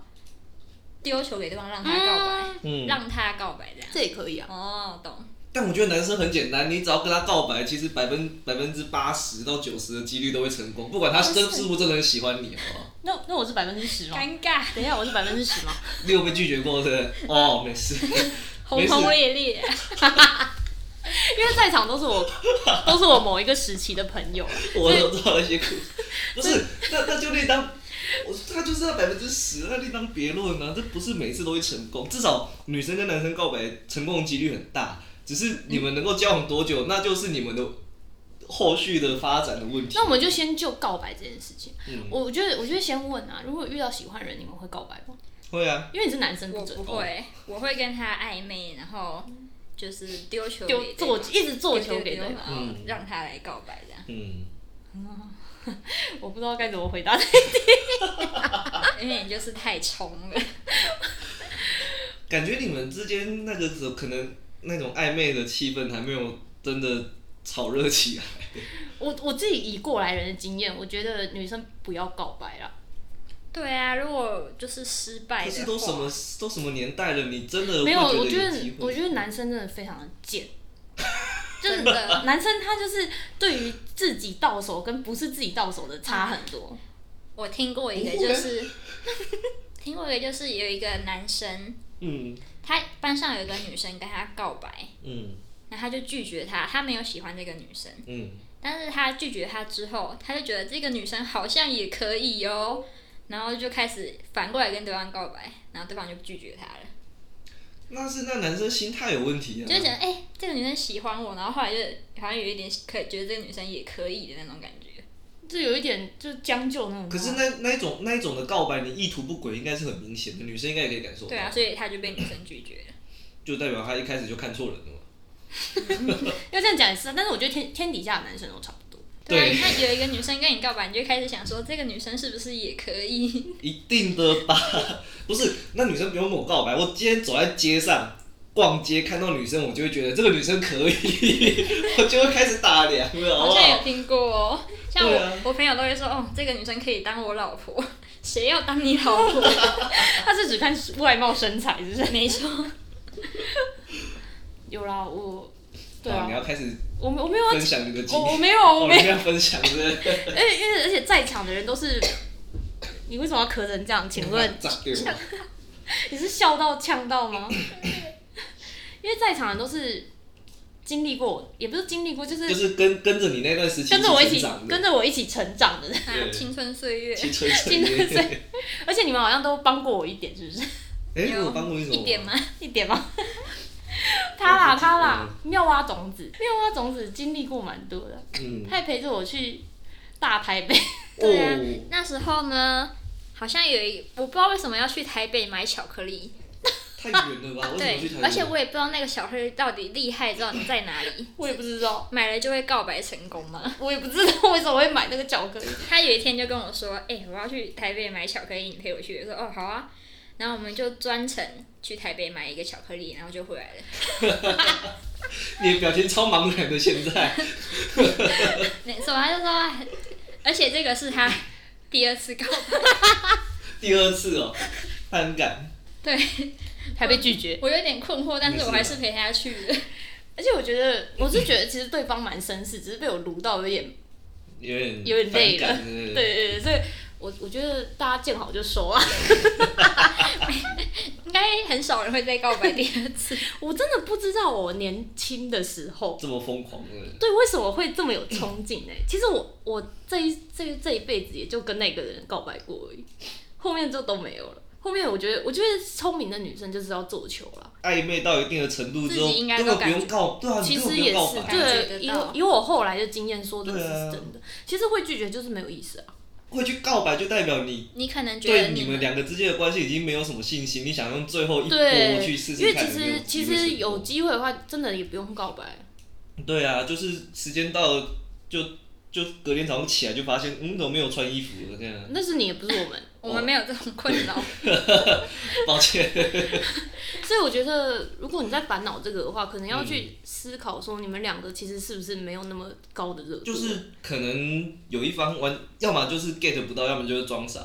丢球给对方，让他告白，
嗯。
让他告白这样。
这也可以啊。
哦，懂。
但我觉得男生很简单，你只要跟他告白，其实百分百分之八十到九十的几率都会成功，不管他真是不是真的很喜欢你，哦好不好？
那那我是百分之十吗？
尴尬，
等一下，我是百分之十吗？
你有被拒绝过，对不对？哦，没事。
轰轰烈烈。
因为在场都是我，都是我某一个时期的朋友啊。
我都知道那些故事，不是，那那就另当，我他就是那百分之十，那另当别论啊，这不是每次都会成功，至少女生跟男生告白成功的几率很大，只是你们能够交往多久，那就是你们的后续的发展的问题。
那我们就先就告白这件事情，
嗯
我觉得我觉得先问啊，如果遇到喜欢的人，你们会告白吗？
会啊，
因为你是男生
我
不准哦
不会，我会跟他暧昧，然后就是丢球
丢
给对
做
方
一直做球给
丢
对
丢
方，
丢然后
嗯
让他来告白这样。
嗯，
我不知道该怎么回答。
因为你就是太冲 了，
感觉你们之间那个时候可能那种暧昧的气氛还没有真的炒热起来。
我我自己以过来人的经验，我觉得女生不要告白啦。
对啊，如果就是失败
可
的
是
话，
都什么都什么年代了，你真的
没有，
会
我
觉
觉
得
得
机会
我觉得男生真的非常的贱。就是
真的
男生他就是对于自己到手跟不是自己到手的差很多。
我听过一个
不会
就是， 听过一个就是有一个男生，
嗯
他班上有一个女生跟他告白，
嗯
然后他就拒绝她，他没有喜欢这个女生，
嗯，
但是他拒绝她之后，他就觉得这个女生好像也可以哦，然后就开始反过来跟对方告白，然后对方就拒绝他了，
那是那男生心态有问题啊。
就觉得哎、这个女生喜欢我，然后后来就好像有一点可觉得这个女生也可以的那种感觉，
就有一点就将就那种。
可是那那一种那一种的告白，你意图不轨，应该是很明显的，女生应该也可以感受到。
对啊，所以他就被女生拒绝了。
就代表他一开始就看错人了嘛。
要这样讲也是啊，但是我觉得天天底下的男生都差不多。
对啊，
对
你看有一个女生跟你告白，你就开始想说这个女生是不是也可 以？
一定的吧？ 不是，那女生不用跟我告白，我今天走在街上逛街看到女生，我就会觉得这个女生可以， 我就会开始打量了，好
好
不
像有
好？
听过哦。像我、
对啊
我朋友都会说，哦，这个女生可以当我老婆，谁要当你老 婆？
他是只看外貌身材，是不是？
没错，
有啦，我对
好你
啊，
要开始
我没我没有要
分享你的经
我我
历，
没有啊，我
哦，
没有
你。要分享的，
因为因为而且在场的人都是，你为什么要咳成这样？请 问
砸给我，
你是笑到呛到吗？ 因为在场人都是经历过，也不是经历过，就是
就是跟跟着你那段时期
跟着我一
成
起
长的
跟着我一起成长的 人。
啊，青春岁月
青春岁
青春岁
月。
而且你们好像都帮过我一点，是不是？
哎、
啊
我有帮过你什么
一
忙？
点吗？
一点吗？ 他啦
我不记得
他啦，妙蛙种子，妙蛙种子经历过蛮多的，
嗯，
他也陪着我去大台北。
对啊
哦，
那时候呢，好像有一我不知道为什么要去台北买巧克力，
太远了吧？为什么去
对
台，北？
而且我也不知道那个巧克力到底厉害到底在 哪里，
我也不知道，
买了就会告白成功吗？
我也不知道为什么会买那个巧克力。
他有一天就跟我说：“哎、我要去台北买巧克力，你陪我去。”我说：“哦，好啊。”然后我们就专程去台北买一个巧克力，然后就回来 了。
你的表情超茫然的，现在
那所以他就说哎，而且这个是他第二次告白，
第二次哦，他很敢。
对
还被拒绝。
我有点困惑，但是我还是陪他去 的。
而且我觉得，我是觉得其实对方蛮绅士，只是被我撸到有点，
有点
有点累了
反感对
对
不对
对对，所以我我觉得大家见好就收啊。
应该很少人会再告白第二次。
我真的不知道我年轻的时候，
这么疯狂的人，
对为什么会这么有冲劲呢、其实我我这一这这一辈子也就跟那个人告白过而已，后面就都没有了。后面我觉得，我觉得聪明的女生就是要做球啦。
暧昧到一定的程度之后，
自己应该
根
都
本不
感
用
觉
告，对啊，你
其
根本
实
不
也
用告
是，
白，
感觉
对，
得
以
到
我以我后来的经验说，这个
对啊
是真的。其实会拒绝就是没有意思啊。
会去告白就代表你
你可能觉
对
得
你们两个之间的关系已经没有什么信心，你想用最后一波
对，
去试
因
试
为
看
其
有没有
实
机
其
会成功。
实有机会的话，真的也不用告白。
对啊，就是时间到了就就隔天早上起来就发现，嗯，怎么没有穿衣服了这 样？
那是你，也不是我们。
我们没有这种困扰。
抱歉，
所以我觉得，如果你在烦恼这个的话，可能要
嗯
去思考说，你们两个其实是不是没有那么高的热度？
就是可能有一方玩，要么就是 get 不到，要么就是装傻，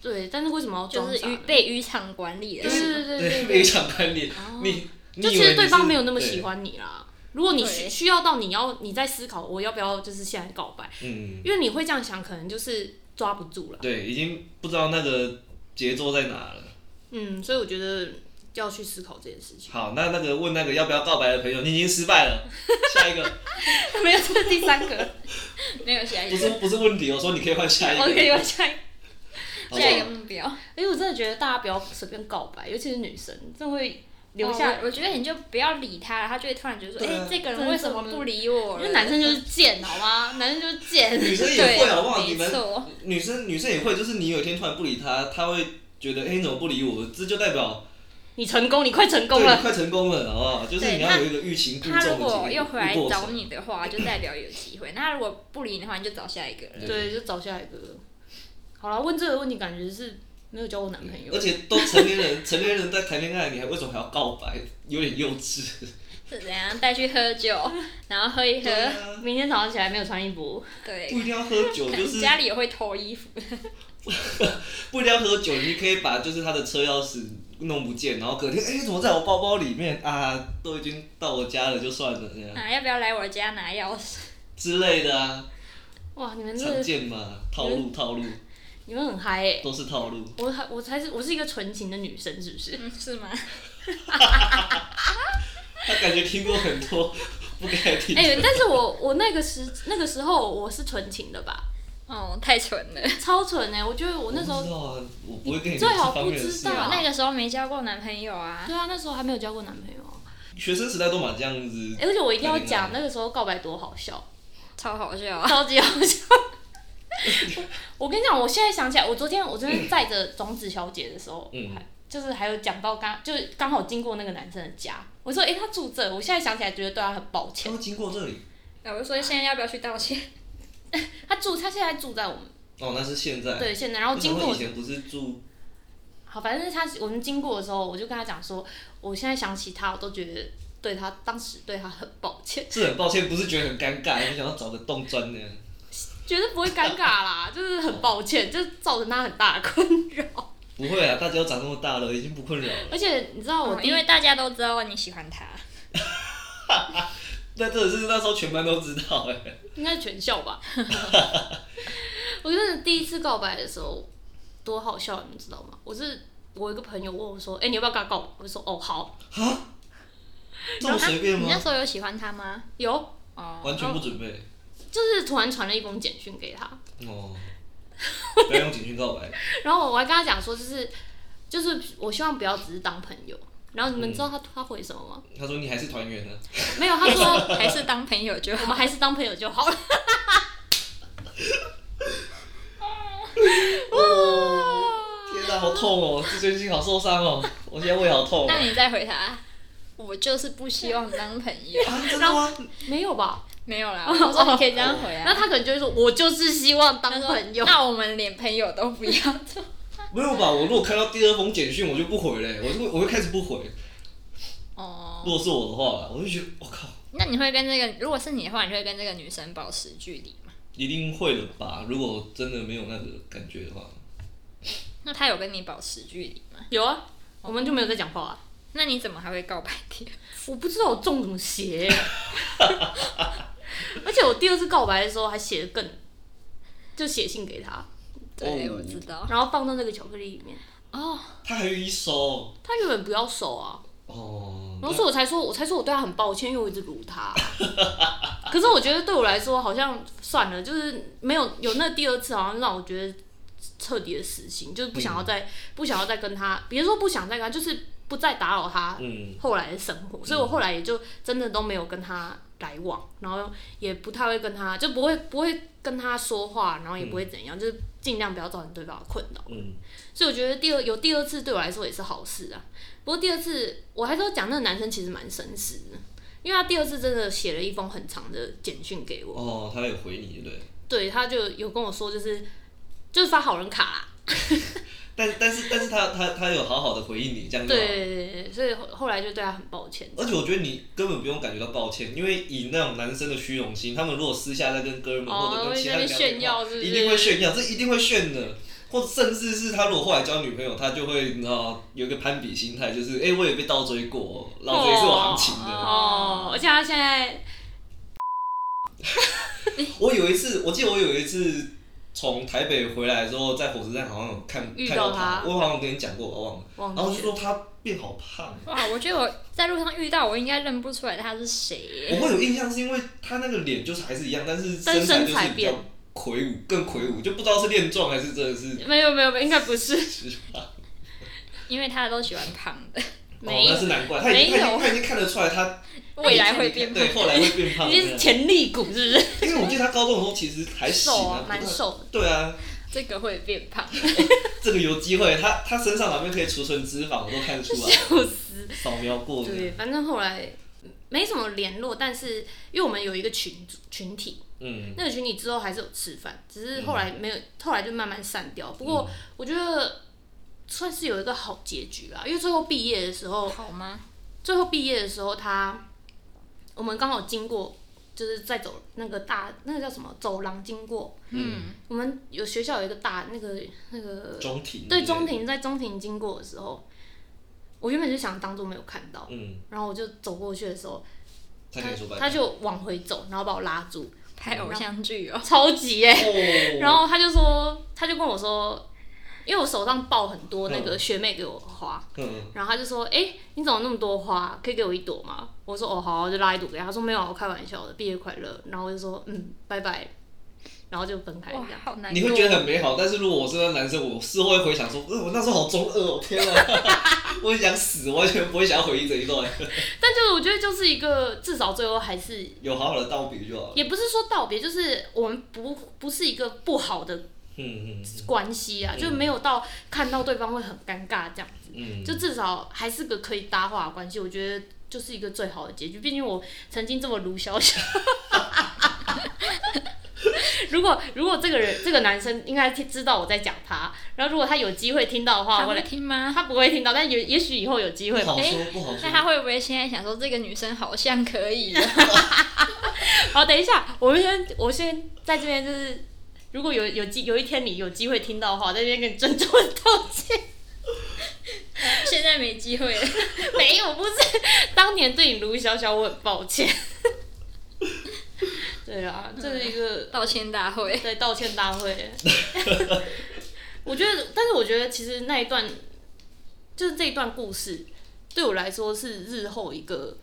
对，但是为什么要
就
装
是
傻
渔
呢？
被渔场管理
对
的，
对对对
非常叛逆。你你
就
以
其
为
实
你
对方
是
没有那么
对
喜欢你啦。如果你需
对
需要到你要你在思考我要不要就是现在告白，
嗯，
因为你会这样想，可能就是抓不住了。
对，已经不知道那个节奏在哪了。
嗯，所以我觉得要去思考这件事情。
好，那那个问那个要不要告白的朋友，你已经失败了。下一个
没有，这是第三个。
没有下一
不
个
是不是问题，我说你可以换下一个。
OK，我下一个
好不
下一个
好
目标。
因为我真的觉得大家不要随便告白，尤其是女生，真的会留
哦
下。
我我觉得你就不要理他了，他就会突然觉得说，
对
哎、
啊
这个
真
人
的
为
是
什么不理我
因
了？
为男生就是贱，好吗？男生就是贱。
女生也
对，
会好不好？你
没
们
错，
女生女生也会，就是你有一天突然不理他，他会觉得哎、你怎么不理我？这就代表
你成功，你快成功
对你
了。
快成功了，好不好？就是
对
你要有一个欲擒故
他如
纵的
果
这
又
个
回来
过
找
程。
你的话，就代表有机会；那他如果不理你的话，你就找下一个了。
对
对，就找下一个。好了，问这个问题，感觉是没有交过男朋友
而。且都成年人，成年人在谈恋爱，你还为什么还要告白？有点幼稚。
是怎样带去喝酒，然后喝一喝，
啊，
明天早上起来没有穿衣服，
对，
不一定要喝酒，就是
家里也会偷衣服，
不一定要喝酒，你可以把就是他的车钥匙弄不见，然后隔天哎、怎么在我包包里面啊？都已经到我家了，就算了这样
啊，要不要来我家拿钥匙？
之类的啊，
哇，你们
常
这
见嘛，套
嗯
路套路
你们很嗨哎、
都是套路。
我还我才是我是一个纯情的女生，是不是？
嗯，是吗？
他感觉听过很多不该听的。
哎、但是我我那个时那个时候我是纯情的吧，
哦，太蠢了。
超纯哎、我觉得我
我
那时候
不知道啊，我不会跟你
最好
这方面
不
的
知
事
道
啊
啊
那个时候没交过男朋友啊。
对啊，那时候还没有交过男朋友啊。
学生时代都蛮这样子
哎、，而且我一定要讲
谈恋
那个时候告白多好笑，
超好笑 啊！
超级好笑。我跟你讲，我现在想起来，我昨天我昨天载着种子小姐的时候，
嗯
还就是还有讲到刚就是刚好经过那个男生的家，我说哎、诶他住这，我现在想起来觉得对他很抱
他
歉。
会经过这里。
哎我就说现在要不要去道歉？
他住他现在住在我们
哦，那是现在。
对现在，然后
为什
经
么
过
以前不是住
好，反正他我们经过的时候，我就跟他讲说，我现在想起他，我都觉得对他当时对他很抱歉，
是很抱歉，不是觉得很尴尬，你想要找个洞钻呢？
绝对不会尴尬啦，就是很抱歉，就是造成他很大的困扰。
不会啊，大家都长那么大了，已经不困扰了。
而且你知道我
啊
哦，
第一
因为大家都知道你喜欢他，
那真的是那时候全班都知道哎、
应该是全校 吧。我真的第一次告白的时候多好笑，你们知道吗？我是我一个朋友问我说：“哎、你要不要跟他告白？”我就说：“哦，好。
这么随便
你那
吗？
时候有喜欢他吗？”
有，
哦，
完全不准备
就是突然传了一封简讯给他，
哦。不要用警讯告白，
然后我还跟他讲说，就是就是我希望不要只是当朋友。然后你们知道他、他回什么吗？
他说你还是团员呢，
没有，他 说
还是当朋友就
我
好。
们还是当朋友就好了。
天哪，好痛哦，自尊心好受伤哦，我现在胃好痛、
那
哦。
你再回他，我就是不希望当朋友。哦
啊，真的吗？
没有吧？
没有啦，我说你可以这样回
那
啊。
他可能就会说，我就是希望当
他说
朋友。
那我们连朋友都不要做。
没有吧？我如果看到第二封简讯，我就不回嘞、我就会我会开始不回。
哦，
如果是我的话啦，我就觉得我、靠，
那你会跟这个，如果是你的话，你会跟这个女生保持距离吗？
一定会的吧？如果真的没有那个感觉的话，
那他有跟你保持距离吗？
有啊，我们就没有在讲话啊。
那你怎么还会告白的？
我不知道我中什么邪、 而且我第二次告白的时候还写的更，就写信给他，
对，我知道。
然后放到那个巧克力里面。
哦，
他还有一收
他原本不要收啊，
哦。
然后所以我才说，我才说我对他很抱歉，因为我一直辱他。可是我觉得对我来说，好像算了，就是没有有那第二次，好像让我觉得彻底的死心，就是不想要再、不想要再跟他，别说不想再跟他，就是不再打扰他
嗯，
后来的生活，所以我后来也就真的都没有跟他来往，然后也不太会跟他，就不会不会跟他说话，然后也不会怎样，就是尽量不要造成对方的困扰。
嗯，
所以我觉得第二有第二次对我来说也是好事啊。不过第二次我还是要讲，那个男生其实蛮绅士的，因为他第二次真的写了一封很长的简讯给我，
哦，他有回你对不对？
对，他就有跟我说就是就是发好人卡啦，
但但是但是他他他有好好的回应你，这样就好。
对，所以后后来就对他很抱歉。
而且我觉得你根本不用感觉到抱歉，因为以那种男生的虚荣心，他们如果私下在跟哥们
哦
或者跟其他人
会在那边
聊天
炫
的话
耀是不是
一定会炫耀，这一定会炫的。或者甚至是他如果后来交女朋友，他就会你知道有一个攀比心态，就是哎、我也被倒追过，老子也是有行情的。
哦，而且他现在
我有一次，我记得我有一次从台北回来之后，在火车站好像有看
遇到
看到
他
我好像跟你讲过，我忘了。
忘
然后
记
哦就说他变好胖，
哇，我觉得我在路上遇到，我应该认不出来他是谁
我
耶。
会有印象，是因为他那个脸就是还是一样，但是
但
材
身
就
材
是比较
变
魁梧，更魁梧，就不知道是练壮还是真的是
了没有没有没有，应该不是，
吃
啊
胖。
因为他都喜欢胖的，
哦，
没有
那是难怪，他已经
没
他已
有
经他已经看得出来 他
未来会变胖。
对，后来会变胖。
你是
因
潜力股是不是？
为我记得他高中的时候其实还行
瘦啊
啊，，
蛮
不过。
瘦的。
对啊，
这个会变胖，
这个有机会，他他身上哪边可以储存脂肪，我都看得出来，扫描过的。
对，反正后来没什么联络，但是因为我们有一个群组群体，
嗯，
那个群体之后还是有吃饭，只是后来没有，后来就慢慢散掉。不过我觉得算是有一个好结局啦，因为最后毕业的时候，
好吗？
最后毕业的时候他，我们刚好经过就是在走那个大那个叫什么走廊经过，
嗯，
我们有学校有一个大那
嗯
个那个
中庭
对中，庭在中庭经过的时候，我原本就想当做没有看到，
嗯，
然后我就走过去的时候，
他跟你说拜
他
拜，
就往回走，然后把我拉住，
拍偶像剧哦，
超级 耶、
哦
然后他就说，他就跟我说，因为我手上抱很多那个学妹给我的花，
嗯，
然后他就说，哎、你怎么那么多花？可以给我一朵吗？我说，哦，好啊，我就拉一朵给他。他说没有啊，我开玩笑的，毕业快乐。然后我就说，嗯，拜拜，然后就分开这
哇
样，。
好难过。
你会觉得很美好，但是如果我是那男生，我事后会回想说，呃，我那时候好中二哦，天啊，我很想死，完全不会想要回忆这一段，
但就是我觉得就是一个，至少最后还是
有好好的道别就好了。
也不是说道别，就是我们不不是一个不好的
嗯嗯
关系啊，就没有到看到对方会很尴尬这样，
嗯，
就至少还是个可以搭话的关系，我觉得就是一个最好的结局。毕竟我曾经这么卢小 小。如果如果这个人这个男生应该知道我在讲他，然后如果他有机会听到的话，
他
我
会
来
听吗？
他不会听到，但也也许以后有机会
不
吧。
好说，不好
那他
说。
会不会现在想说这个女生好像可 以？
好，等一下，我们先，我先在这边就是，如果有有机有一天你有机会听到的话，在这边跟你郑重地道歉。
现在没机会了。
没有，不是，当年对你卢小小，我很抱歉。 对啊，这是一个
道歉大会，
对道歉大会。 我觉得，但是我觉得其实那一段，就是这一段故事，对我来说是日后一个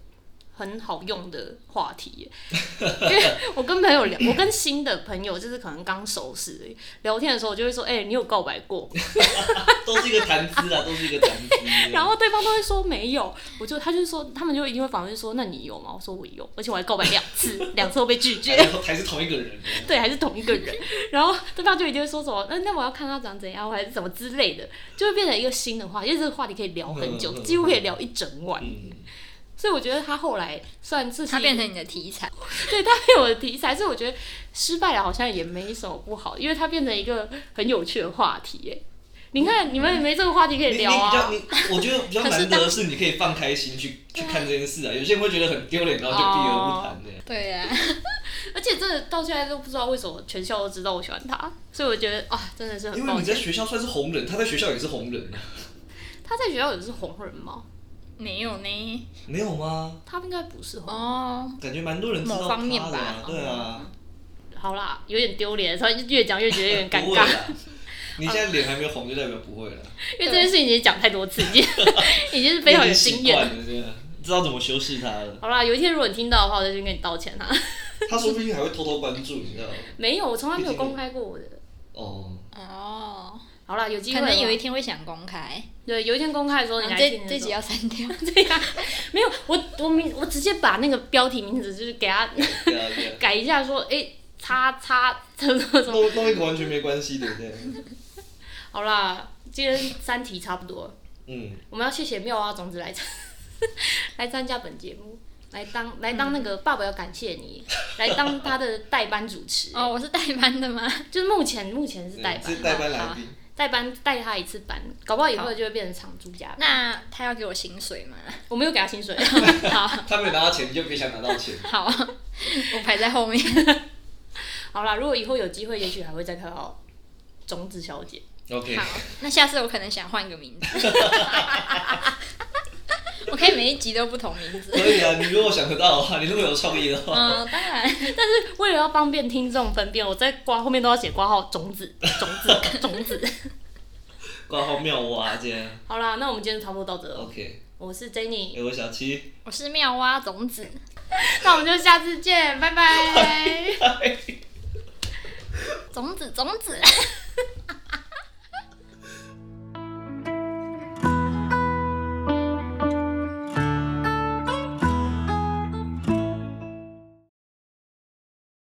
很好用的话题耶，因为我跟朋友聊，我跟新的朋友就是可能刚熟识而已聊天的时候，我就会说，哎、你有告白过吗？
都是一个谈资啊，都是一个谈资。
然后对方都会说没有，我就他就说，他们就一定会反问说，那你有吗？我说我有，而且我还告白两次，两次都被拒 绝。
然后还是同一个人，
对，还是同一个人。然后对方就一定会说什么，那、那我要看他长怎样，还是什么之类的，就会变成一个新的话，因为这个话题可以聊很久，几乎可以聊一整晚。
嗯，
所以我觉得他后来算是
它变成你的题材。
对他变我的题材，所以我觉得失败了好像也没什么不好，因为它变成一个很有趣的话题耶。你看，你们也没这个话题可
你
以
你比
聊啊
较。你，我觉得比较难得的是，你可以放开心去去看这件事啊。有些人会觉得很丢脸，然后就避而不谈的。
对啊呀、
而且真的到现在都不知道为什么全校都知道我喜欢他，所以我觉得啊，真的是很
因
抱
为你在
歉。
学校算是红人，他在学校也是红人啊，
他在学校也是红人吗？
没有呢。
没有吗？
他应该不是红人
哦，
感觉蛮多人知道
某方面
他的啊
吧，
对啊，
好啦，有点丢脸，突然越讲越觉得有点尴
不会
尬，
啦。嗯你现在脸还没有红，就代表不会了，
因为这件事情已经讲太多次，已 经已经是非常有经
你已经习惯
验。
了，对啊，知道怎么修饰他 了。
好啦，有一天如果你听到的话，我就先跟你道歉哈。
他说不定还会偷偷关注，你知 道吗？
没有，我从来没有公开过我的。
哦，
哦，
好啦，有机
可
会的话
能有一天会想公开。
对有一天公开的时候，你来
这
听
这
的
集啊
时候。
要删掉。
对呀、没有我我名我直接把那个标题名字就是给他
对啊，对啊，
改一下，说哎叉叉什么什么。
弄弄一个完全没关系的，对啊，
好啦，今天三题差不多了，
嗯，
我们要谢谢妙蛙种子来参 来参加本节目，来当来当那个爸爸要感谢你，来当他的代班主持。
哦，我是代班的吗？
就是目前目前是代班，
对嗯是代班来宾，
代班带他一次班，搞不好以后
好
就会变成常驻家。
那他要给我薪水吗？
我没有给他薪水，
好
他没有拿到钱，你就别想拿到 钱。
好， 我排在后面。
好啦，如果以后有机会，也许还会再看到种子小姐。
OK，
好，那下次我可能想换一个名字。 我可以每一集都不同名字。
可以啊，你如果想得到的话，你如果有创意的话，
嗯，当然。
为了要方便听众分辨，我在挂后面都要写挂号种子种子种子。
挂号妙蛙这样。
好啦，那我们今天差不多到这了。
OK，
我是 Jenny，
哎，我小七，
我是妙蛙种子。
那我们就下次见，拜拜。
种子，种子。